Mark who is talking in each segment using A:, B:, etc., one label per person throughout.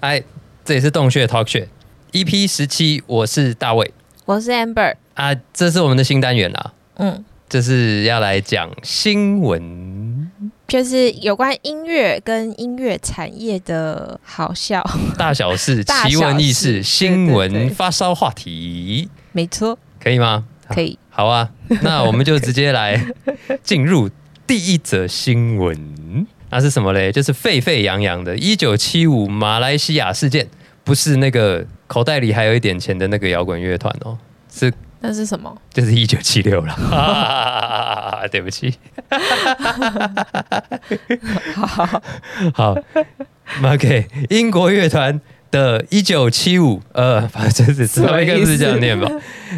A: 嗨，哎这里是洞穴 Talk Show EP 十七，我是大卫
B: 我是 Amber，
A: 啊，这是我们的新单元啦，
B: 嗯，
A: 就是要来讲新 闻，
B: 就是有关音乐跟音乐产业的好笑，
A: 大小事、
B: 大小
A: 奇闻异事、
B: 事
A: 新
B: 对对
A: 闻
B: 对
A: 发烧话题，
B: 没错，
A: 可以吗？
B: 可以。
A: 好啊，那我们就直接来进入第一则新闻。那是什么嘞？就是沸沸扬扬的1975马来西亚事件，不是那个口袋里还有一点钱的那个摇滚乐团哦，是
B: 那是什么？
A: 就是1976了。 啊对不起，
B: 好，
A: 好，OK，英国乐团的1975，呃，反正是知
B: 什么
A: 道应该不是这样
B: 意思
A: 念吧？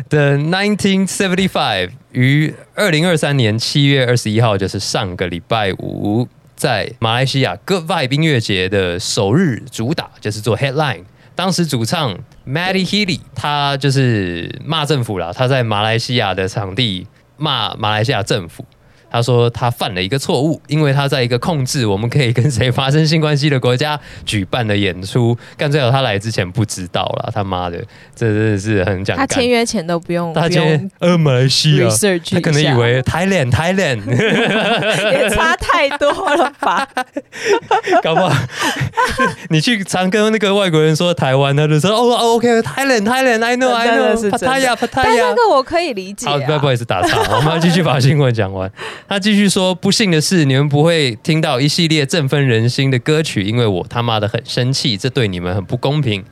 A: 的1975于2023年7月21号，就是上个礼拜五，在马来西亚 Good Vibe 音乐节的首日主打，就是做 headline。当时主唱 Maddie Healy，他就是骂政府啦，他在马来西亚的场地骂马来西亚政府。他说他犯了一个错误，因为他在一个控制我们可以跟谁发生性关系的国家举办的演出，干最好他来之前不知道啦，他妈的，这真的是很讲
B: 他
A: 干。
B: 签约前都不用，
A: 他
B: 不
A: 今天
B: 用
A: 呃马来西亚，
B: research，一下
A: 他 可能以为 Thailand Thailand，
B: 也差太多了 吧？
A: 搞不好 你去常跟那个外国人说台湾，他就说哦哦 OK Thailand Thailand I know I
B: 真的
A: know
B: 是真的
A: Pattaya
B: 但那
A: Pattaya。
B: 个我可以理解、啊
A: 好，，不好意思打岔， 我们要继续把新闻讲完。他继续说，不幸的是，你们不会听到一系列振奋人心的歌曲，因为我他妈的很生气，这对你们很不公平，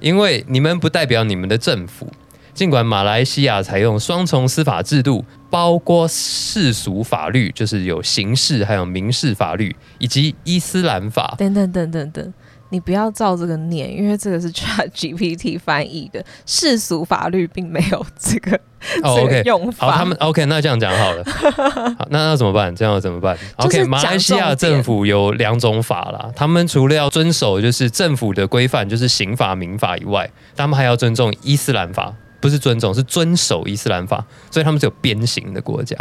A: 因为你们不代表你们的政府。尽管马来西亚采用双重司法制度，包括世俗法律，就是有刑事还有民事法律，以及伊斯兰法，
B: 等等等等等，你不要照这个念，因为这个是 Chat GPT 翻译的，世俗法律并没有这个、
A: 哦
B: 这个
A: ，OK，
B: 用法。
A: 好，他们 OK，那这样讲 好了。好，那那怎么办？这样怎么办
B: 就是
A: ？OK，马来西亚
B: 讲重点
A: 政府有两种法啦，他们除了要遵守就是政府的规范，就是刑法、民法以外，他们还要尊重伊斯兰法，不是尊重，是遵守伊斯兰法，所以他们是有鞭刑的国家。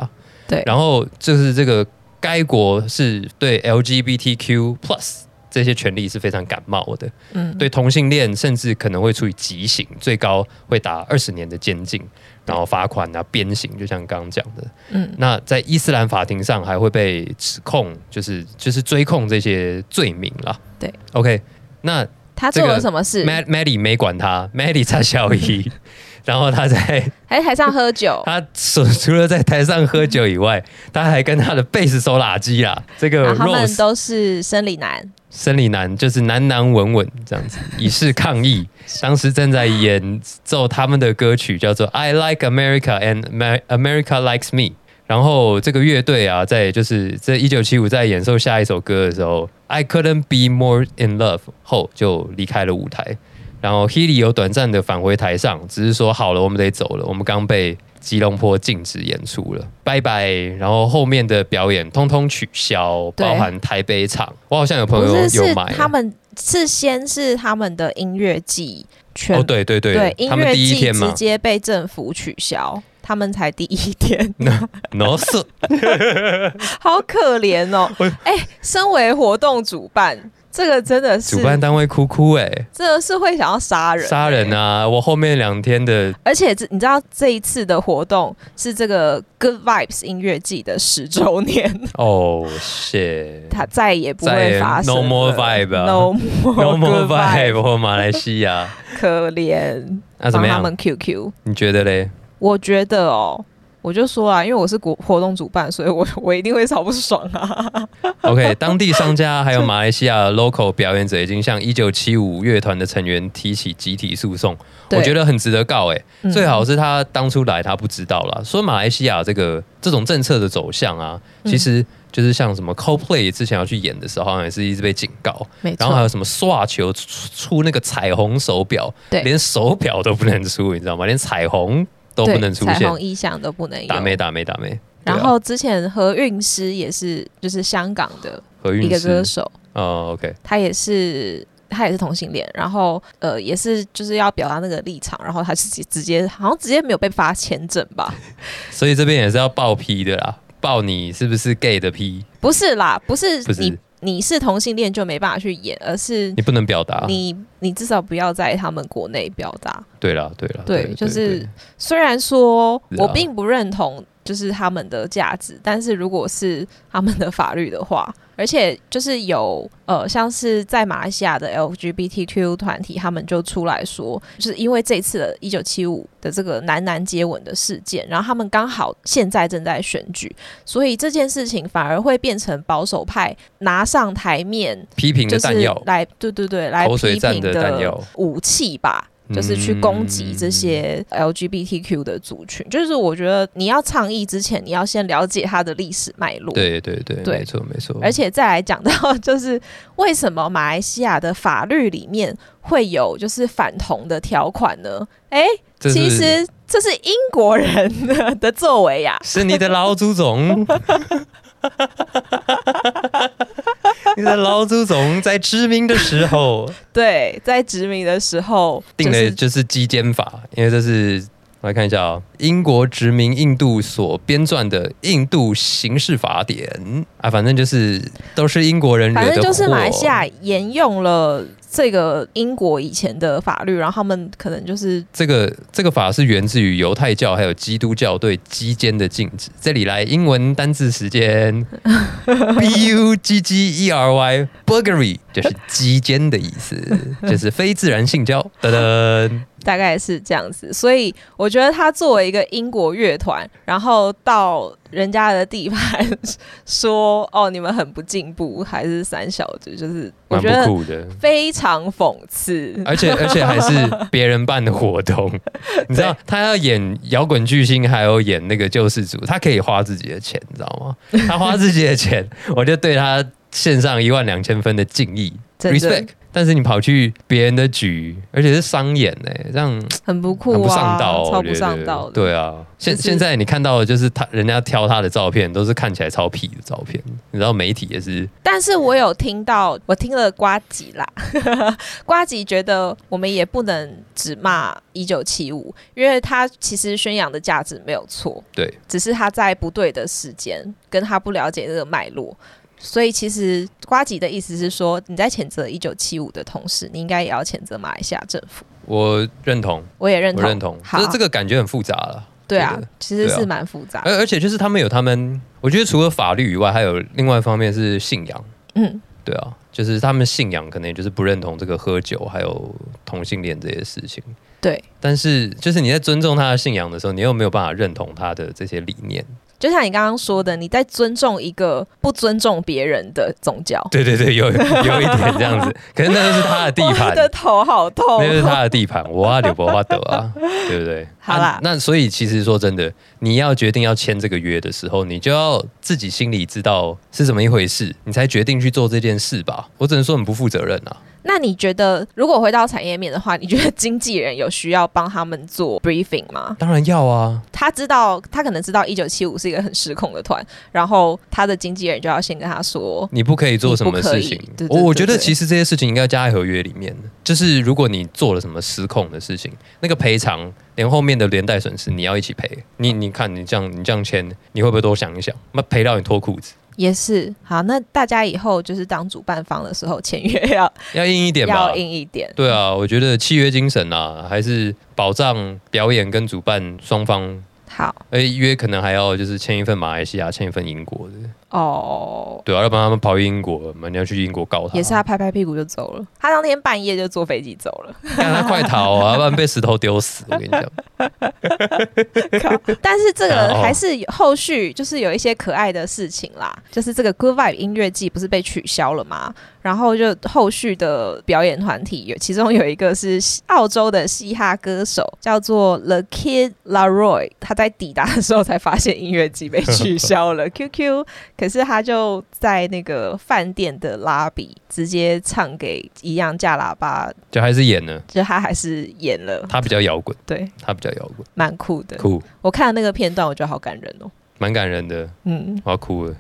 B: 对
A: 然后就是这个该国是对 LGBTQ plus 这些权利是非常感冒的，
B: 嗯，
A: 对同性恋甚至可能会处以极刑，最高会打二十年的监禁，然后罚款啊、鞭刑，就像刚刚讲的。
B: 嗯，
A: 那在伊斯兰法庭上还会被指控，就是就是追控这些罪名啦。
B: 对
A: ，OK，那
B: 他
A: 这
B: 做了
A: 个
B: 什么事？
A: Mad Maddie 没管他，Maddie 差小姨， 然后他在，
B: 还在台上喝酒
A: 他除除了在台上喝酒以外，他还跟他的贝斯手拉基啦，这个
B: 然啊后他们
A: Rose
B: 都是生理男，
A: 生理男就是男男稳稳这样子，以示抗议。当时正在演奏他们的歌曲，叫做《I Like America and Amer- America Likes Me》。然后这个乐队啊，在就是这一九七五在演奏下一首歌的时候，《I Couldn't Be More in Love》后就离开了舞台。然后 Healy 有短暂的返回台上，只是说好了，我们得走了，我们刚被吉隆坡禁止演出了，拜拜。然后后面的表演通通取消，
B: 对
A: 包含台北场。我好像有朋
B: 不
A: 友
B: 是
A: 有
B: 是
A: 买，
B: 他们是先是他们的音乐季全、
A: 哦，对对对，
B: 音
A: 他们
B: 乐
A: 第一
B: 季
A: 天
B: 直
A: 嘛，
B: 接被政府取消。他们才第一 天，
A: 嗯然后是
B: 好可怜 哦！哎、身为活动主办，这个真的是
A: 主，办单位哭哭哎、
B: 这个是会想要杀人、欸
A: 杀人啊！我后面两天的
B: 而且这你知道这一次的活动是这个 Good Vibes 音乐季的十周年，
A: 哦谢
B: 它再也不
A: 再也
B: 会发生
A: no more
B: 了
A: vibe 啊
B: no
A: ，No
B: more
A: more
B: good vibe，
A: vibe，或马来西亚，
B: 可怜，
A: 那、怎
B: 帮
A: 么
B: 他
A: 样？
B: 们 QQ。
A: 你觉得嘞？
B: 我觉得哦，我就说啊，因为我是国活动主办，所以我 我一定会超不爽啊。
A: OK，当地商家还有马来西亚 local 表演者已经向一九七五乐团的成员提起集体诉讼，
B: 对
A: 我觉得很值得告哎、
B: 嗯
A: 最好是他当初来他不知道啦。说马来西亚这个这种政策的走向啊，
B: 嗯
A: 其实就是像什么 CoPlay 之前要去演的时候，好像也是一直被警告，
B: 没
A: 然后还有什么刷球出出那个彩虹手表，
B: 对
A: 连手表都不能出，你知道吗？连彩虹都不能出
B: 彩
A: 现
B: 虹，意象都不能
A: 打妹
B: 有。
A: 打妹打妹。
B: 然
A: 对啊
B: 后之前何韵诗也是，就是香港的
A: 何
B: 一
A: 韵
B: 个歌
A: 诗，
B: 手，
A: 哦，OK，
B: 他也是他也是同性恋，然后呃也是就是要表达那个立场，然后他是直直接好像直接没有被发签证 吧？
A: 所以这边也是要爆批的啦，爆你是不是 gay 的批？
B: 不是啦，不是
A: 不是
B: 你你是同性恋就没办法去演，而是
A: 你不能表达。
B: 你你至少不要在他们国内表达。
A: 对啦，对啦，
B: 对就是
A: 对
B: 虽然说
A: 是啊
B: 我并不认同就是他们的价值，但是如果是他们的法律的话，而且就是有呃，像是在马来西亚的 LGBTQ 团体，他们就出来说，就是因为这次的1975的这个男男接吻的事件，然后他们刚好现在正在选举，所以这件事情反而会变成保守派拿上台面
A: 批评
B: 就
A: 的
B: 是
A: 弹药，
B: 来对对对，来
A: 口水
B: 批
A: 战
B: 评
A: 的弹药嗯
B: 武器吧。就是去攻击这些 LGBTQ 的族群，就是我觉得你要倡议之前，你要先了解它的历史脉络，
A: 对对对，
B: 对
A: 没错没错。
B: 而且再来讲到就是为什么马来西亚的法律里面会有就是反同的条款呢？哎，
A: 这是
B: 其实这是英国人的的作为啊呀、
A: 是你的老祖 宗，你的老祖宗在殖民的时 候
B: 对，在殖民的时候
A: 定的
B: 就是
A: 就是基奸法，因为这是我来看一下啊、英国殖民印度所编撰的《印度刑事法典》啊，反正就是都是英国人惹的
B: 反正就是
A: 祸
B: 马来西亚沿用了这个英国以前的法律，然后他们可能就是
A: 这个这个法是源自于犹太教还有基督教对鸡奸的禁止。这里来英文单字时 间，b u g g e r y buggery 就是鸡奸的意思， 就是非自然性交。噔噔，
B: 大概是这样子。所以我觉得他作为一个英国乐团，然后到人家的地盘 说哦你们很不进步，还是三小子，就是我
A: 蛮
B: 觉得
A: 不酷的。
B: 非常讽刺。
A: 而 且而且还是别人办的活动，你知道他要演摇滚巨星，还有演那个救世主，他可以花自己的钱，你知道吗？他花自己的钱，我就对他献上一万两千分的敬意
B: 真的
A: ，respect。但是你跑去别人的局，而且是商演呢、这样
B: 很不酷啊，
A: 很不上道、哦，
B: 超
A: 我
B: 不
A: 觉
B: 上
A: 得
B: 道的。
A: 对啊，现
B: 就是
A: 现在你看到的就是他人家挑他的照片，都是看起来超痞的照片。你知道媒体也是
B: 但是我有听到，我听了瓜吉啦， 瓜吉觉得我们也不能只骂一九七五，因为他其实宣扬的价值没有错，
A: 对，
B: 只是他在不对的时间跟他不了解这个脉络。所以其实瓜吉的意思是说，你在谴责一九七五的同时，你应该也要谴责马来西亚政府。
A: 我认同，
B: 我也认
A: 我
B: 同，
A: 认同，
B: 好
A: 这，这个感觉很复杂了。
B: 对啊
A: 对的，
B: 其实
A: 对啊
B: 是蛮复杂的。
A: 而而且就是他们有他们，我觉得除了法律以外，还有另外一方面是信仰。
B: 嗯，
A: 对啊，就是他们信仰可能也就是不认同这个喝酒还有同性恋这些事情。
B: 对，
A: 但是就是你在尊重他的信仰的时候，你又没有办法认同他的这些理念。
B: 就像你刚刚说的，你在尊重一个不尊重别人的宗教。
A: 对对 对，有有一点这样子，可是那就是他的地
B: 我
A: 盘。
B: 的头好痛
A: 那就是他的地盘，我啊，柳伯花德 啊，对不对？
B: 好啦
A: 啊那所以其实说真的，你要决定要签这个约的时候，你就要自己心里知道是怎么一回事，你才决定去做这件事吧。我只能说很不负责任啊。
B: 那你觉得，如果回到产业面的话，你觉得经纪人有需要帮他们做 briefing 吗？
A: 当然要啊，
B: 他知道，他可能知道一九七五是一个很失控的团，然后他的经纪人就要先跟他说，
A: 你不可以做什么事
B: 你
A: 情
B: 不可以对。对
A: 我我觉得
B: 对对
A: 其实这些事情应该加在合约里面，就是如果你做了什么失控的事情，那个赔偿连后面的连带损失你要一起赔。你你看你这样你这样签，你会不会多想一想？那赔到你脱裤子，
B: 也是好。那大家以后就是当主办方的时候，签约要
A: 要硬一点吧，
B: 要硬一点。
A: 对啊，我觉得契约精神啊，还是保障表演跟主办双方，
B: 好
A: 哎，约可能还要就是签一份马来西亚，签一份英国的，
B: 哦，
A: 对啊，要不然他们跑去英国，你要去英国告他，
B: 也是啊他拍拍屁股就走了，他当天半夜就坐飞机走了。
A: 让他快逃啊，不然被石头丢死。我跟你讲，
B: 但是这个
A: 哦
B: 还是有后续就是有一些可爱的事情啦，就是这个 Good Vibe 音乐季不是被取消了吗？然后就后续的表演团体有，其中有一个是澳洲的嘻哈歌手，叫做 The Kid Laroi，他在抵达的时候才发现音乐季被取消了，QQ，可是他就在那个饭店的拉比直接唱给一样架喇叭，
A: 就还是演呢，
B: 就他还是演了，
A: 他比较摇滚，
B: 对，
A: 他比较摇滚，
B: 蛮酷的。
A: 酷，
B: 我看了那个片段，我觉得好感人哦，
A: 蛮感人的，
B: 嗯。
A: 我要哭了。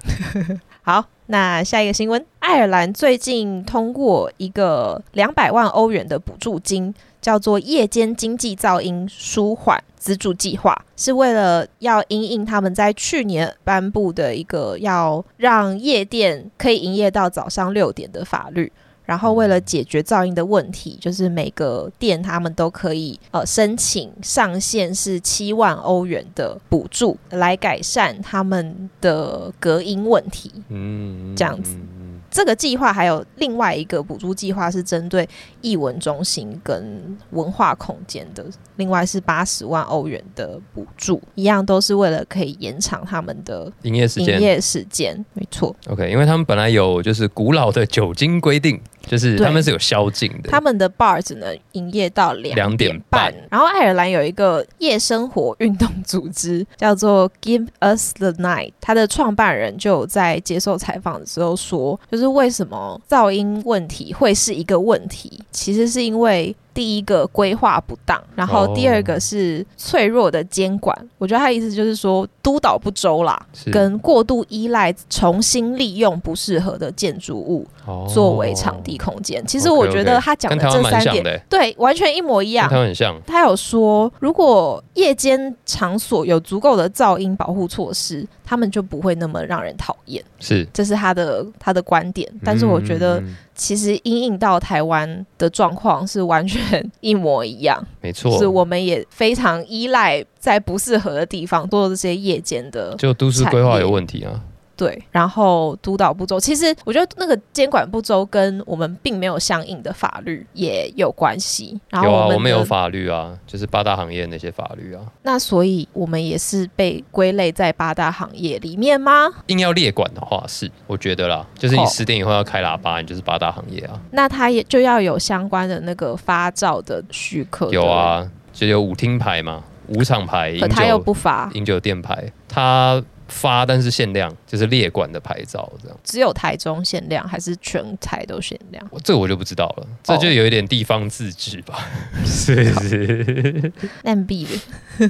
B: 好，那下一个新闻，爱尔兰最近通过一个两百万欧元的补助金，叫做夜间经济噪音舒缓资助计划，是为了要因应他们在去年颁布的一个要让夜店可以营业到早上六点的法律。然后为了解决噪音的问题，就是每个店他们都可以呃申请上限是七万欧元的补助，来改善他们的隔音问题。
A: 嗯，
B: 这样子
A: 嗯，
B: 这个计划还有另外一个补助计划是针对艺文中心跟文化空间的，另外是八十万欧元的补助，一样都是为了可以延长他们的
A: 营业时
B: 营
A: 间
B: 业时间。没错，
A: OK，因为他们本来有就是古老的酒精规定，就是
B: 对
A: 他们是有宵禁的。
B: 他们的 bar 只能营业到两
A: 2
B: 点
A: 点
B: 半
A: 半。
B: 然后爱尔兰有一个夜生活运动组织叫做 Give Us the Night，它的创办人就有在接受采访的时候说，就是为什么噪音问题会是一个问题，其实是因为。第一个规划不当，然后
A: 哦
B: 第二个是脆弱的监管。我觉得他的意思就是说督导不周啦，
A: 是
B: 跟过度依赖重新利用不适合的建筑物，作为场地，
A: 哦
B: 空间。其实
A: OK，
B: 我觉得
A: OK
B: 他讲
A: 跟
B: 的
A: 台
B: 这
A: 湾蛮
B: 三
A: 像
B: 点，
A: 的，
B: 对，完全一模一
A: 跟
B: 样
A: 台。湾很像。
B: 他有说，如果夜间场所有足够的噪音保护措施，他们就不会那么让人讨厌，
A: 是，
B: 这是他的他的观点。但是我觉得，
A: 嗯嗯嗯
B: 其实因应到台湾的状况是完全一模一样，
A: 没错，
B: 就是我们也非常依赖在不适合的地方做这些夜间的
A: 就都市规划有问题啊。
B: 对，然后督导不周，其实我觉得那个监管不周跟我们并没有相应的法律也有关系。然后
A: 有啊，
B: 我
A: 我
B: 们的
A: 们有法律啊，就是八大行业那些法律啊，
B: 那所以我们也是被归类在八大行业里面吗？
A: 硬要列管的话是，我觉得啦，就是你
B: 哦
A: 十点以后要开喇叭，你就是八大行业啊。
B: 那它也就要有相关的那个发照的许可。
A: 有，啊，就有舞厅牌嘛，舞场牌，饮
B: 可它又
A: 酒
B: 不发，
A: 饮酒店牌，它发但是限量，就是列管的牌照这样。
B: 只有台中限量，还是全台都限量？
A: 我这个我就不知道了，
B: 哦
A: 这就有一点地方自治 吧，是是，
B: 那必的，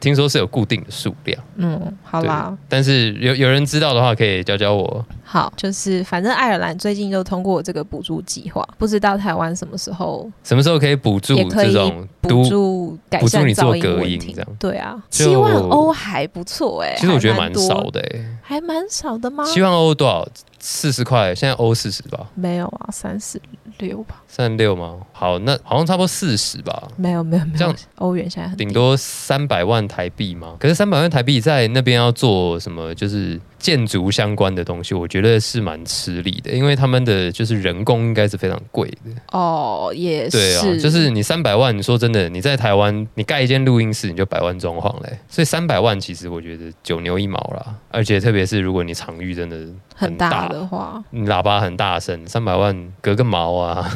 A: 听说是有固定的数量，
B: 嗯，好
A: 对
B: 啦，
A: 但是有有人知道的话，可以教教我。
B: 好，就是反正爱尔兰最近就通过这个补助计划，不知道台湾什么时候
A: 什么时候可以补助
B: 也可
A: 这
B: 以
A: 种
B: 补
A: 都？
B: 助改
A: 补助
B: 善
A: 你做
B: 噪音
A: 隔
B: 问
A: 音
B: 题
A: 这样
B: 对啊，
A: 就
B: 七万欧还不错哎、
A: 其实我觉得
B: 还
A: 蛮
B: 多
A: 少，的、欸，
B: 还蛮少的吗？
A: 七万欧多少？四十块，现在欧四十吧，
B: 没有啊，三十六吧，
A: 三十六吗？好，那好像差不多四十吧，
B: 没有没有没
A: 这
B: 有
A: 样，
B: 欧元现在很低
A: 顶多三百万台币嘛。可是三百万台币在那边要做什么，就是建筑相关的东西，我觉得是蛮吃力的，因为他们的就是人工应该是非常贵的。
B: 哦，也是，
A: 对啊，就是你三百万，你说真的，你在台湾你盖一间录音室你就百万装潢嘞、所以三百万其实我觉得九牛一毛啦。而且特别是如果你场域真的
B: 很大
A: 大
B: 的话，
A: 你喇叭很大声，三百万隔个毛啊！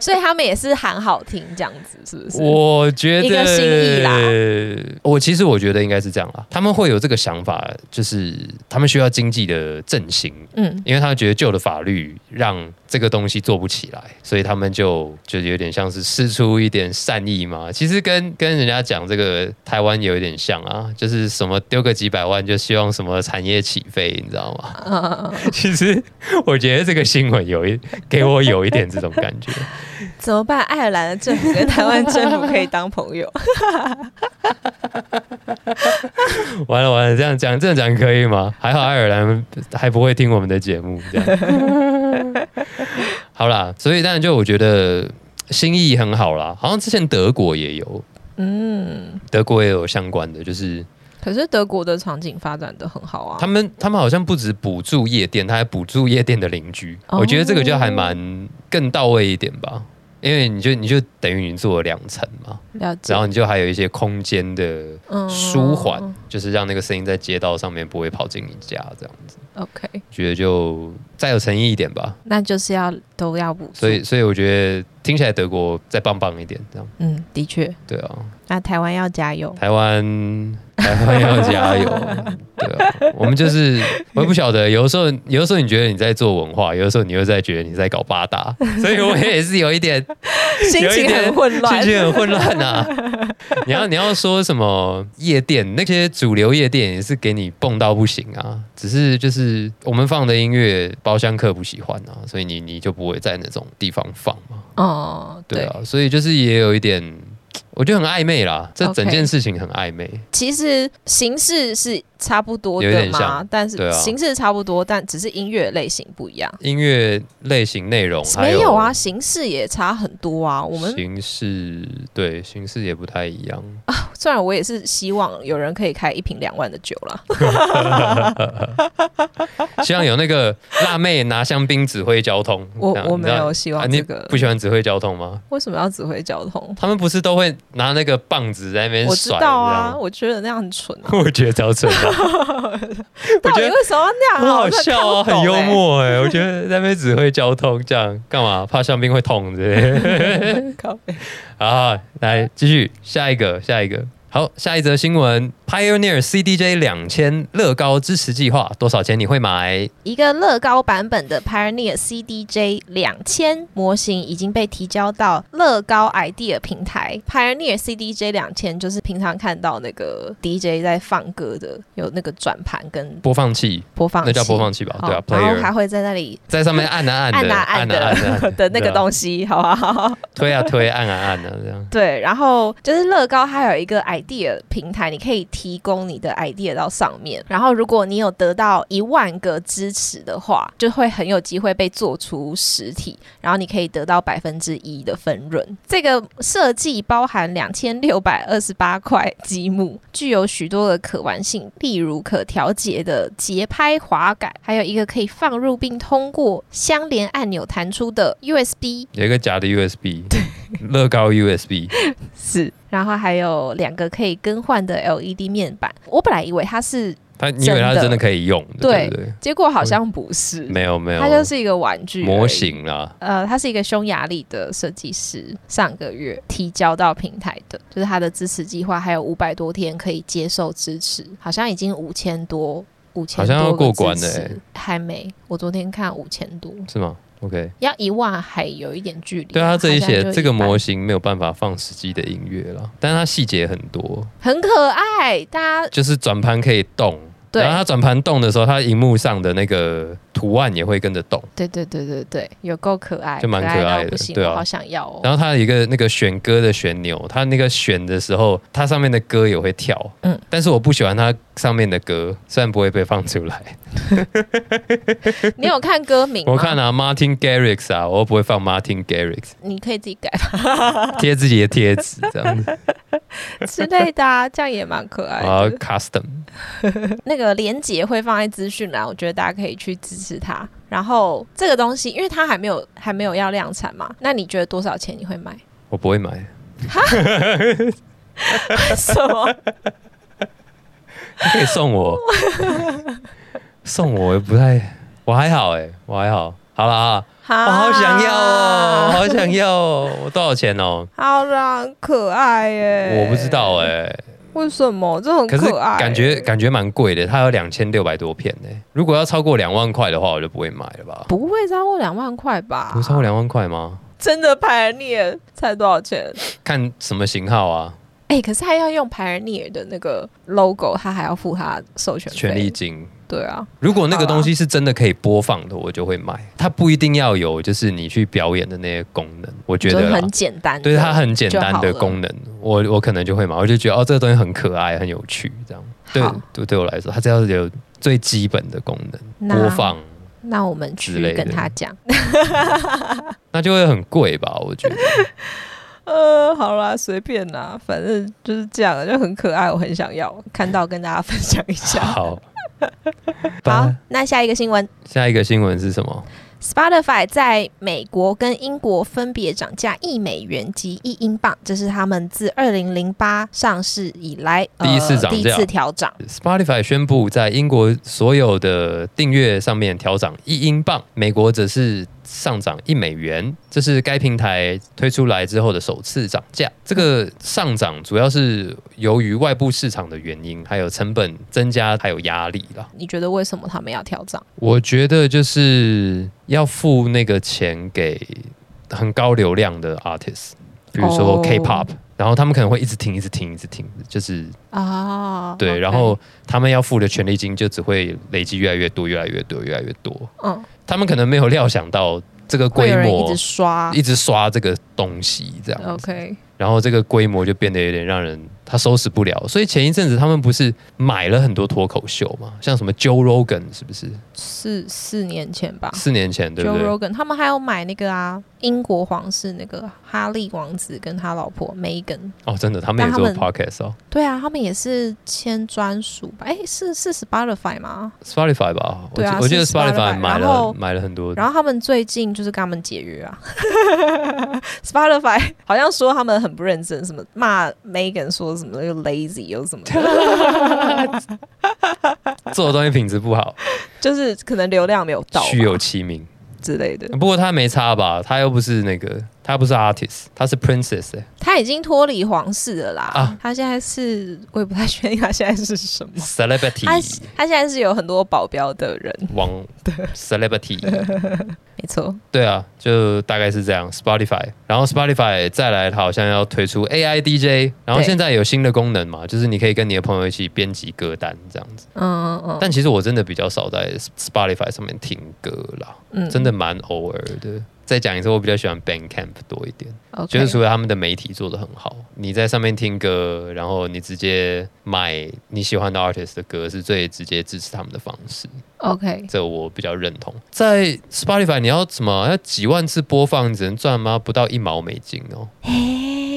B: 所以他们也是喊好听这样子，是不是？
A: 我觉
B: 一个心意
A: 得，我其实我觉得应该是这样啦。他们会有这个想法，就是他们需要经济的振兴，
B: 嗯，
A: 因为他们觉得旧的法律让这个东西做不起来，所以他们就就有点像是施出一点善意嘛。其实跟跟人家讲这个台湾有一点像啊，就是什么丢个几百万就希望什么产业起飞，你知道吗？
B: 呃，
A: 其实我觉得这个新闻有一给我有一点这种感觉。
B: 怎么办？爱尔兰的政府跟台湾政府可以当朋友，
A: 完了完了，这样讲这样讲可以吗？还好爱尔兰还不会听我们的节目，这样。好啦，所以当然就我觉得心意很好啦，好像之前德国也有，
B: 嗯，
A: 德国也有相关的，就是
B: 可是德国的场景发展的很好啊，
A: 他们他们好像不止补助夜店，他还补助夜店的邻居，
B: 哦
A: 我觉得这个就还蛮更到位一点吧。因为你就你就等于你做了两层嘛，
B: 了解，
A: 然后你就还有一些空间的
B: 嗯
A: 舒缓，就是让那个声音在街道上面不会跑进你家这样。
B: ，OK。
A: 觉得就再有诚意一点吧。
B: 那就是要都要补助。
A: 所以，所以我觉得听起来德国再棒棒一点，这样
B: 嗯，的确，
A: 对啊。
B: 那台湾要 加油。
A: 台湾， 台湾要加油，对啊。我们就是，我也不晓得，有的时候，有的时候你觉得你在做文化，有的时候你又在觉得你在搞八大，所以我也是有一点
B: 心情很混乱，
A: 心情很混乱啊！你要你要说什么夜店？那些主流夜店也是给你蹦到不行啊，只是就是我们放的音乐包厢客不喜欢啊，所以你你就不会在那种地方放嘛，
B: 哦，
A: 对啊，所以就是也有一点。我觉得很暧昧啦，这
B: OK
A: 整件事情很暧昧。
B: 其实形式是差不多
A: 有
B: 的
A: 点
B: 嘛
A: 像，
B: 但
A: 对
B: 是
A: 啊
B: 形式差不多，但只是音乐类型不一样。
A: 音乐类型、内容哦还
B: 没有
A: 有
B: 啊，，形式也差很多啊。我们
A: 形式对形式也不太一样。
B: 虽然我也是希望有人可以开一瓶两万的酒啦，
A: 希望有那个 辣妹拿香槟指挥交通。
B: 我
A: 这样
B: 我
A: 你
B: 没
A: 知道
B: 有希望这个
A: 啊、你。不喜欢指挥交通吗？
B: 为什么要指挥交通？
A: 他们不是都会拿那个棒子在那边
B: 我知
A: 甩？
B: 道啊，
A: 你
B: 我觉得那样很蠢啊
A: 知道。吗，我觉得超蠢的， 我
B: 到底
A: 觉得
B: 为什么要那样
A: 很
B: 啊？
A: 好
B: 我真的
A: 笑啊，
B: 看
A: 很
B: 不懂
A: 幽
B: 欸。
A: 默哎、我觉得在那边指挥交通这样干嘛？怕香槟会痛之类的
B: 靠北
A: 好，来继续下一个，下一个。好，下一则新闻：Pioneer CDJ 两千乐高支持计划，多少钱你会买？
B: 一个乐高版本的 Pioneer CDJ 两千模型已经被提交到乐高 idea 平台。Pioneer CDJ 两千就是平常看到那个 DJ 在放歌的，有那个转盘跟
A: 播放器，
B: 播放器，
A: 那叫播放器吧？对啊
B: 哦然后还
A: ，player
B: 会在那里
A: 在上面按啊按
B: 按
A: 的，
B: 啊按
A: 啊按
B: 的的那
A: 对
B: 个
A: 啊
B: 东西，好不好？
A: 推啊推，按啊按啊，这样。
B: 对，然后就是乐高，它有一个 idea 平台，你可以提供你的 idea 到上面。然后，如果你有得到一万个支持的话，就会很有机会被做出实体，然后你可以得到百分之一的分润。这个设计包含两千六百二十八块积木，具有许多的可玩性，例如可调节的节拍滑感，还有一个可以放入并通过相连按钮弹出的 USB
A: 有一个假的 USB，乐高 USB，
B: 是，然后还有两个可以更换的 LED 面板。我本来以为它是，
A: 它你以为它真的可以用的，对
B: 对
A: 不对？
B: 结果好像不是，
A: 没有没有，
B: 它就是一个玩具而已
A: 模。型啦。
B: 呃，他是一个匈牙利的设计师，上个月提交到平台的，就是他的支持计划还有五百多天可以接受支持，好像已经五千多，五千
A: 好像要过关了
B: 了、
A: 欸
B: 还没。我昨天看五千多，
A: 是吗？OK，
B: 要一万还有一点距离。啊
A: 对啊他这里
B: 好像就
A: 写这个
B: 一半
A: 模型没有办法放实际的音乐啦，但是它细节很多，
B: 很可爱，大家
A: 就是转盘可以动，
B: 对
A: 然后它转盘动的时候，它荧幕上的那个图案也会跟着动，
B: 对对对对对，有够可爱，
A: 就蛮可
B: 可到
A: 爱的
B: 不行，
A: 对啊
B: 我好想要 哦。
A: 然后它有一个那个选歌的旋钮，它那个选的时候，它上面的歌也会跳，嗯
B: 嗯，
A: 但是我不喜欢它上面的歌，虽然不会被放出来，
B: 你有看歌名吗？
A: 我看啊，Martin Garrix 啊，我又不会放 Martin Garrix，
B: 你可以自己改吧
A: 贴自己的贴纸这样 子，
B: 之类的、啊， 这样也蛮可爱
A: 然后
B: 的。
A: custom，
B: 那个连结会放在资讯栏，我觉得大家可以去支持它。然后这个东西，因为它还没有还没有要量产嘛，那你觉得多少钱你会 买？
A: 我不会买，
B: 什么？
A: 你可以送我，送我也不太，我还好哎、我还好，好了啊， 我
B: 我
A: 好想要哦，我好想要哦，我多少钱哦？
B: 好啦，很可爱耶、
A: 我不知道哎、
B: 为什么这很
A: 可是
B: 可爱、
A: 感觉感觉蛮贵的，它有两千六百多片呢、如果要超过两万块的话，我就不会买了吧？
B: 不会超过两万块吧？
A: 不超过两万块吗？
B: 真的排列才多少钱？
A: 看什么型号啊，
B: 哎、可是他要用 Pioneer 的那个 logo，他还要付他授权费
A: 权利。金。
B: 对啊，
A: 如果那个
B: 好啦
A: 东西是真的可以播放的，我就会买。它不一定要有就是你去表演的那些功能，我觉
B: 就
A: 得啦
B: 很简单的。
A: 对它很简单的
B: 就好了
A: 功能，我我可能就会买。我就觉得哦，这个东西很可爱，很有趣，这样。对
B: 好
A: 对，对我来说，它只要有最基本的功能，
B: 那
A: 播放，
B: 那我们
A: 之类
B: 去
A: 的
B: 跟他讲。
A: 那就会很贵吧？我 觉得。
B: 呃，好啦，随便啦，反正就是这样，啊就很可爱，我很想要看到，跟大家分享一下。
A: 好，
B: 好
A: 吧，
B: 那下一个新闻
A: 下一个新闻是什么？
B: ，Spotify 在美国跟英国分别涨价一美元及一英镑，这是他们自二零零八上市以来、呃
A: 第一次涨价
B: 第一次调涨。
A: Spotify 宣布在英国所有的订阅上面调涨一英镑，美国则是上涨一美元，这是该平台推出来之后的首次涨价。这个上涨主要是由于外部市场的原因，还有成本增加，还有压力啦。
B: 你觉得为什么他们要调涨？
A: 我觉得就是要付那个钱给很高流量的 artist，比如说
B: 哦
A: K-pop，、然后他们可能会一直听，一直听，一直听，就是
B: 啊，
A: 对，
B: OK
A: 然后他们要付的权利金就只会累积越来越多，越来越多，越来越多。
B: 嗯，
A: 他们可能没有料想到这个
B: 会
A: 规
B: 有人一
A: 模
B: 直刷
A: 一直刷这个东西这样子
B: ，OK，
A: 然后这个规模就变得有点让人他收拾不了。所以前一阵子他们不是买了很多脱口秀嘛，像什么 Joe Rogan 是不是？
B: 四四年前吧。
A: 四年前对不
B: 啊 Joe
A: 对？
B: Rogan 他们还有买那个啊，英国皇室那个哈利王子跟他老婆 Megan，
A: 哦，真的，他们也
B: 但他
A: 做
B: 们
A: podcast 哦
B: 对啊，他们也是签专属吧？哎，是是 Spotify 吗？
A: ，Spotify 吧？我记
B: 对啊
A: 我记得
B: 是 Spotify，
A: 买
B: 然
A: 了
B: 后
A: 买了很多。
B: 然后他们最近就是跟他们解约啊 ，Spotify 好像说他们很不认真，什么骂 Megan 说什么又 lazy 又什么 的，
A: 做的东西品质不好，
B: 就是可能流量没有到吧
A: 虚有其名。
B: 之类的。
A: 不过他没差吧？他又不是那个，他不是 artist，他是 princess 哎、
B: 他已经脱离皇室了啦，
A: 啊
B: 他现在是我也不太确定他现在 是什么。
A: c e l e b r i t
B: 他
A: y
B: 他现在是有很多保镖的人，
A: 王 celebrity，
B: 没错。
A: 对啊，就大概是这样。Spotify，然后 Spotify 再来，它好像要推出 AI DJ，然后
B: 对
A: 现在有新的功能嘛，就是你可以跟你的朋友一起编辑歌单这样子。
B: 嗯嗯
A: 但其实我真的比较少在 Spotify 上面听歌啦，
B: 嗯，
A: 真的蛮偶尔的。再讲一次，我比较喜欢 Bandcamp 多一点。
B: o
A: 就是除了他们的媒体做的很好，你在上面听歌，然后你直接买你喜欢的 artist 的歌，是最直接支持他们的方式。
B: OK，
A: 这我比较认同。在 Spotify，你要什么？要几万次播放，只能赚吗？不到一毛美金哦，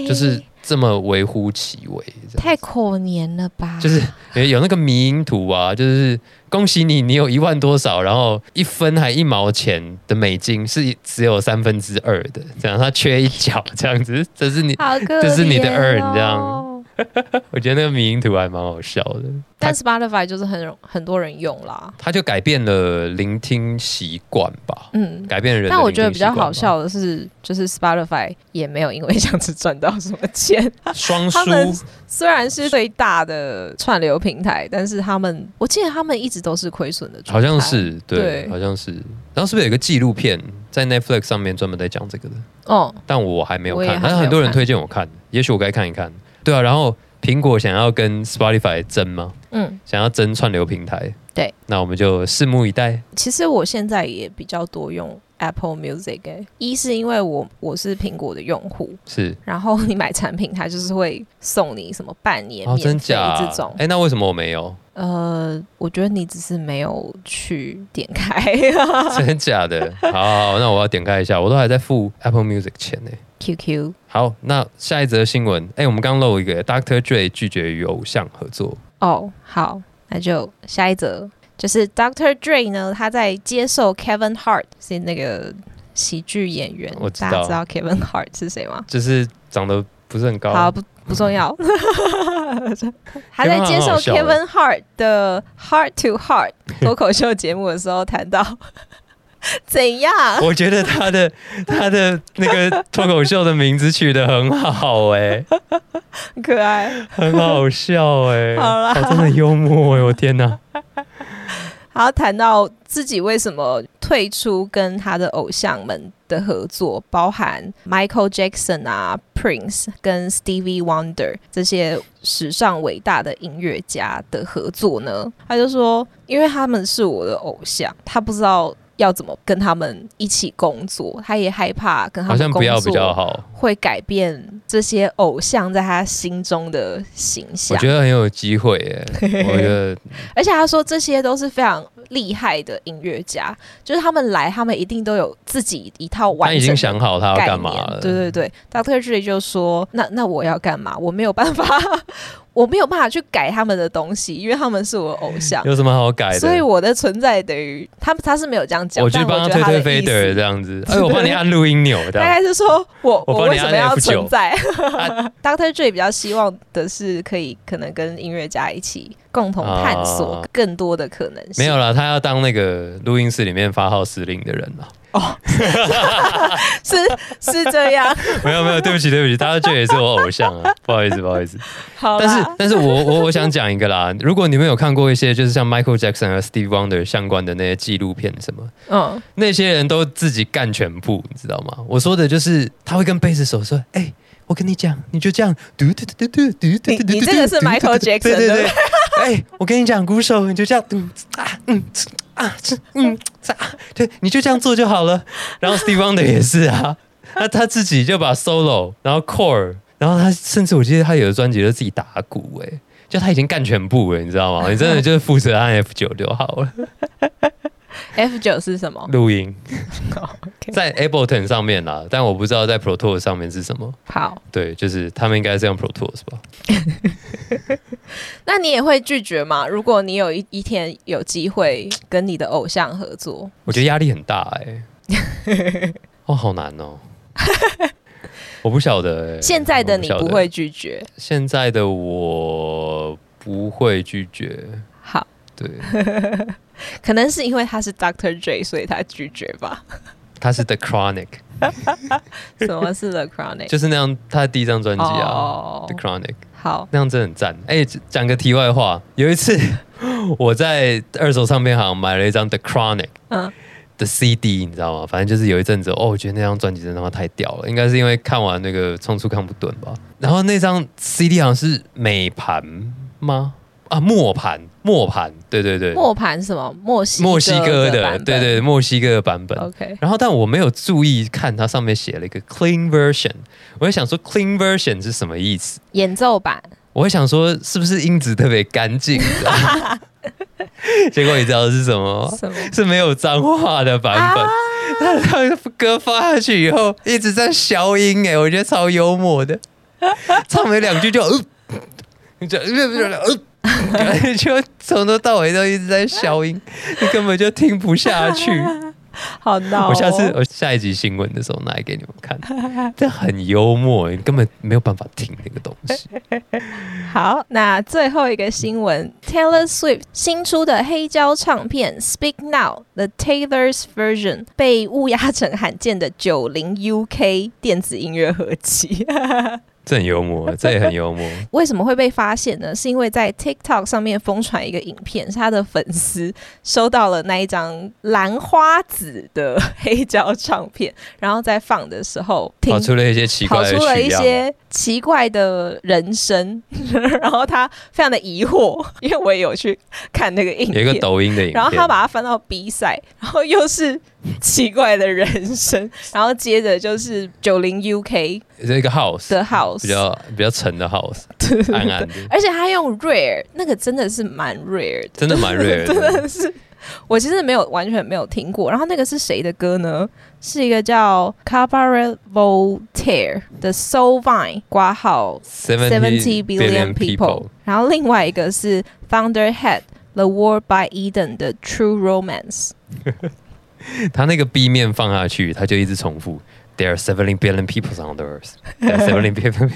A: 就是这么微乎其微。这样
B: 太可怜了吧？
A: 就是有有那个迷因图啊，就是恭喜你，你有一万多少，然后一分还一毛钱的美金是只有三分之二的，这样它缺一角，这样子，这是你
B: 好可怜、哦，
A: 这是你的 earn，这样。我觉得那个迷因图还蛮好笑的，
B: 但 Spotify 就是很容很多人用啦，
A: 它就改变了聆听习惯吧，
B: 嗯。
A: 改变了人。
B: 但我觉得比较好，笑的是，就是 Spotify 也没有因为这样子赚到什么钱。
A: 双输
B: 他们虽然是最大的串流平台，但是他们，我记得他们一直都是亏损的状
A: 好
B: 态。
A: 像是对，
B: 对
A: 好像是。然后是不是有一个纪录片在 Netflix 上面专门在讲这个的？
B: 哦，
A: 但我还没有
B: 我也
A: 看，
B: 还
A: 但是
B: 没
A: 很
B: 有
A: 多人
B: 看
A: 推荐我看，也许我该看一看。对啊，然后苹果想要跟 Spotify 争吗？
B: 嗯，
A: 想要争串流平台？
B: 对，
A: 那我们就拭目以待。
B: 其实我现在也比较多用 Apple Music，、欸、一是因为我我是苹果的用户，
A: 是
B: 然后你买产品，它就是会送你什么半年
A: 哦，真
B: 免费
A: 假
B: 这种。
A: 哎，那为什么我没有？
B: 呃，我觉得你只是没有去点开，
A: 真的假的？好好，好那我要点开一下，我都还在付 Apple Music 钱呢、
B: QQ
A: 好，那下一则新闻，哎、我们刚漏一个，Dr. Dre 拒绝与偶像合作，
B: 哦，好，那就下一则就是 Dr. Dre 呢，他在接受 Kevin Hart 是那个喜剧演员，
A: 我知
B: 大家
A: 道
B: 知道 Kevin Hart 是谁吗？
A: 就是长得不是很高，啊
B: 好，不不重要。 他在接受
A: Kevin Hart 很
B: Kevin Hart 的 Heart to Heart 脱口秀节目的时候，谈到 怎样？
A: 我觉得他 的他的那个脱口秀的名字取得很好、哎，
B: 很可爱。
A: 很好笑、哎，
B: 好啦
A: 哦真的幽默、哎，我天哪，
B: 他谈到自己为什么退出跟他的偶像们的合作，包含 Michael Jackson 啊、Prince 跟 Stevie Wonder 这些史上伟大的音乐家的合作呢？他就说，因为他们是我的偶像，他不知道。要怎么跟他们一起工作？他也害怕跟他
A: 好像
B: 们工
A: 不要
B: 作
A: 比较好，
B: 会改变这些偶像在他心中的形
A: 我
B: 象。
A: 觉得很有机会、哎，我觉得
B: 而且他说这些都是非常厉害的音乐家，就是他们来，他们一定都有自己一套
A: 他
B: 完整
A: 已
B: 的
A: 经想好他要
B: 概
A: 干
B: 念。
A: 嘛了，
B: 对对对，Dr. Dre 就说：“那那我要干嘛？我没有办法， 我没有办法去改他们的东西，因为他们是我偶像。”
A: 有什么好改的？
B: 所以我的存在等于他，他是没有这样讲，
A: 我去
B: 但
A: 帮
B: 我
A: 他
B: 觉得
A: 推
B: 他
A: 推
B: 的
A: 飞
B: 意
A: 德尔这
B: 思
A: 样 子，哎，我帮你按录音钮这
B: 大
A: 样。
B: 概是说我
A: 我帮
B: 我
A: 你
B: 为什
A: 按
B: 么要
A: F9
B: 存在？
A: 啊
B: Doctor Dre 比较希望的是可以可能跟音乐家一起共同探索
A: 啊
B: 更多的可能性。
A: 没有啦，他要当那个录音室里面发号施令的人啦。啊
B: 是是这样。
A: 没有没有，对不起对不起，大家这也是我偶像啊，不好意思不好意思。
B: 好啦，
A: 但是但是我我我想讲一个啦，如果你们有看过一些就是像 Michael Jackson 和 Steve Wonder 相关的那些纪录片什么，
B: 嗯，
A: 那些人都自己干全部，你知道吗？我说的就是他会跟贝斯手说，哎、我跟你讲，你就这样，嘟嘟嘟嘟嘟嘟嘟嘟，
B: 你你这个是 Michael Jackson，
A: 对对
B: 对
A: 对
B: 不。
A: 哎，我跟你讲，鼓手你就这样，嘟啊嗯啊嗯啊，对，你就这样做就好了。然后 Steve Wonder 也是啊，那他自己就把 solo，然后 core，然后他甚至我记得他有的专辑都自己打鼓、哎，就他已经干全部了，你知道吗？你真的就是负责按 F 九就好了，
B: F 九是什么？
A: 录音。
B: 哦，OK
A: 在 Ableton 上面啦，但我不知道在 Pro Tools 上面是什么。
B: 好，
A: 对，就是他们应该是用 Pro Tools 吧？
B: 那你也会拒绝吗？如果你有一一天有机会跟你的偶像合作，
A: 我觉得压力很大 哎、哦，好难哦。 我不晓得、欸，
B: 现在的你
A: 我晓
B: 不
A: 得
B: 会拒绝。
A: 现在的我不会拒绝，
B: 好，
A: 对，
B: 可能是因为他是 Doctor J，所以他拒绝吧。
A: 他是 The Chronic，
B: 什么是 The Chronic？
A: 就是那样，他的第一张专辑啊、
B: 哦
A: t h e Chronic
B: 好，
A: 那样真的很赞。哎、讲个题外话，有一次 我在二手唱片行买了一张 The Chronic
B: 嗯，
A: 的 CD，你知道吗？反正就是有一阵子，哦，我觉得那张专辑真的他妈太屌了，应该是因为看完那个《冲出康普顿》吧。然后那张 CD 好像是美盘吗？啊，末盘，末盘，对对对，
B: 磨盘是什么？墨西
A: 墨西哥
B: 的
A: 的，
B: 版本，
A: 对对，墨西哥的版本。
B: OK，
A: 然后，但我没有注意看它上面写了一个 clean version，我就想说 clean version 是什么意思？
B: 演奏版
A: 我会想说是不是音质特别干净？你知道吗 结果你知道是什么吗？
B: 什么？啊
A: 是没有脏话的哦版本。他他歌发下去以后一直在消音，哎，我觉得超幽默的。唱没两句就，呃、就呃，呃 就从头到尾都一直在消音，你根本就听不下去。
B: 好闹、哦！
A: 我下次我下一集新闻的时候拿来给你们看，这很幽默，你根本没有办法听那个东西。
B: 好，那最后一个新闻，Taylor Swift 新出的黑胶唱片《Speak Now: The Taylor's Version》被乌鸦成罕见的九零 UK 电子音乐合集。
A: 这很幽默，这也很幽默。
B: 为什么会被发现呢？是因为在 TikTok 上面疯传一个影片，是他的粉丝收到了那一张兰花紫的黑胶唱片，然后在放的时候听
A: 跑出了一些奇怪
B: 跑
A: 的
B: 出了
A: 曲
B: 一
A: 样。
B: 些奇怪的人声， 然后他非常的疑惑， 因为我也有去看那个影
A: 有一
B: 片，
A: 个抖音的影片，
B: 然后他把它翻到 B 赛，然后又是奇怪的人声， 然后接着就是九零 UK
A: 这一个 house
B: 的 House，
A: 比较比较沉的 house，暗暗的，
B: 而且他用 rare，那个真的是蛮 rare 的，
A: 真的蛮 rare
B: 真
A: 的。
B: 的是。我其实没有完全没有听过，然后那个是谁的歌呢？是一个叫 Cabaret Voltaire 的 Soul Vine 挂号 Seventy billion people，然后另外一个是 Thunderhead The War by Eden 的 True Romance。
A: 他那个 B 面放下去，他就一直重复。There are seventy billion people on the earth. There are seventy billion，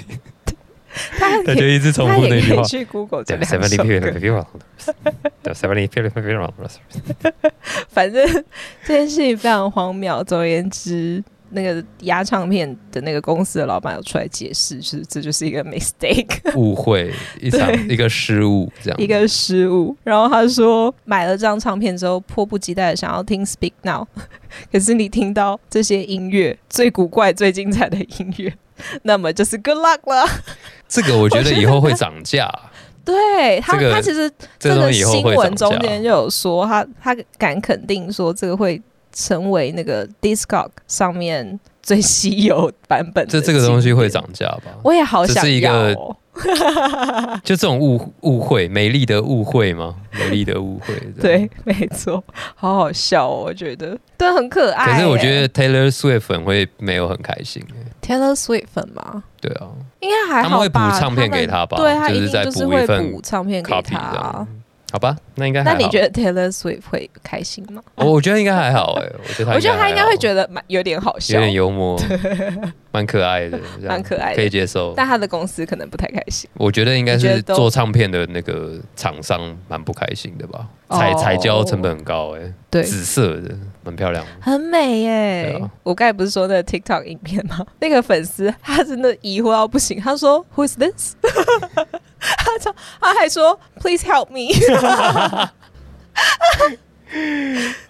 B: 他还
A: 他
B: 可
A: 就
B: 以，
A: 一直重
B: 他
A: 复那
B: 也
A: 句
B: 可
A: 话
B: 以。去 Google 这
A: There are
B: 两首
A: seventy
B: 歌
A: billion people on the earth. There are seventy billion people on the earth.
B: 反正这件事情非常荒谬。总而言之，那个压唱片的那个公司的老板有出来解释，就是这就是一个 mistake，
A: 误会一场一个失误，这样
B: 一个失误。然后他说买了这张唱片之后，迫不及待的想要听 Speak Now，可 是你听到这些音乐最古怪、最精彩的音乐，那么就是 Good luck 了。
A: 这个我觉
B: 我觉
A: 得
B: 得
A: 以后会涨价，
B: 对他，
A: 这个
B: 他其实
A: 这
B: 这
A: 个
B: 个
A: 东西以后
B: 新
A: 会
B: 闻
A: 涨
B: 中
A: 价。
B: 间就有说，他他敢肯定说这个会成为那个 Discog 上面最稀有版本的
A: 这这个东西会
B: 经典。
A: 涨价吧？
B: 我也好
A: 这
B: 想
A: 是一
B: 要、
A: 个
B: 哦，
A: 就这种误误会，美丽的误会 吗？美丽的误会。这样
B: 对， 没错，好好笑哦，我觉得，对，很可爱耶。
A: 可是我觉得 Taylor Swift 粉会没有很开心欸、
B: Taylor Swift 粉嘛，
A: 对啊，
B: 应该还
A: 他
B: 好吧？
A: 们会补唱片给
B: 他
A: 他吧？
B: 们对他
A: 就
B: 一
A: 是
B: 定
A: 再
B: 就是
A: 补一
B: 会
A: 份
B: 补唱片给
A: copy 这
B: 他
A: 样。。好吧，那应该还
B: 那
A: 好哦
B: 你觉得 Taylor Swift 会开心吗？
A: 我我觉得应该还好哎、我觉得他
B: 我觉得他应该
A: 还好
B: 会觉得蛮有点好
A: 有
B: 笑，
A: 点幽 默，蛮可爱的，这样
B: 蛮可爱的
A: 可以接受。
B: 但他的公司可能不太开心。
A: 我觉得应该
B: 你觉
A: 是
B: 得都
A: 做唱片的那个厂商蛮不开心的吧，彩
B: 哦
A: 彩胶成本很高哎、
B: 对，
A: 紫色的蛮漂亮的。
B: 很美耶、
A: 对啊
B: 我刚才不是说那个 TikTok 影片吗？那个粉丝他真的疑惑到不行，他说 Who's this？他说他还说 Please help me。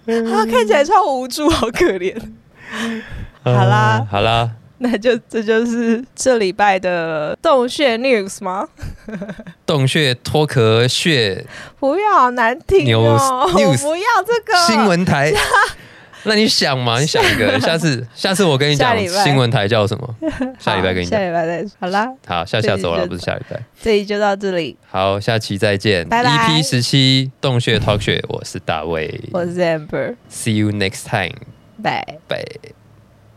B: 他看起来超无助，好可怜。好啦
A: 嗯好啦，
B: 那就这就是这礼拜的洞穴 news 吗？
A: 洞穴脱壳穴
B: 不要，好难听哦
A: News-
B: 我不要这个
A: 新。闻 台。那你想嘛？你想一个，下次下次我跟你
B: 啊下
A: 讲
B: 礼拜
A: 新闻台叫什 么？下礼拜
B: 好
A: 跟你
B: 下
A: 讲。
B: 礼拜再说。好啦，
A: 好，下
B: 这
A: 下
B: 集
A: 周了，
B: 就
A: 不是下礼拜。
B: 这里就到这里。
A: 好，下期再见。
B: 拜拜
A: EP 十七洞穴 Talk 穴，我是大卫。嗯
B: 我是 Amber，
A: See you next time.
B: 拜。
A: Bye.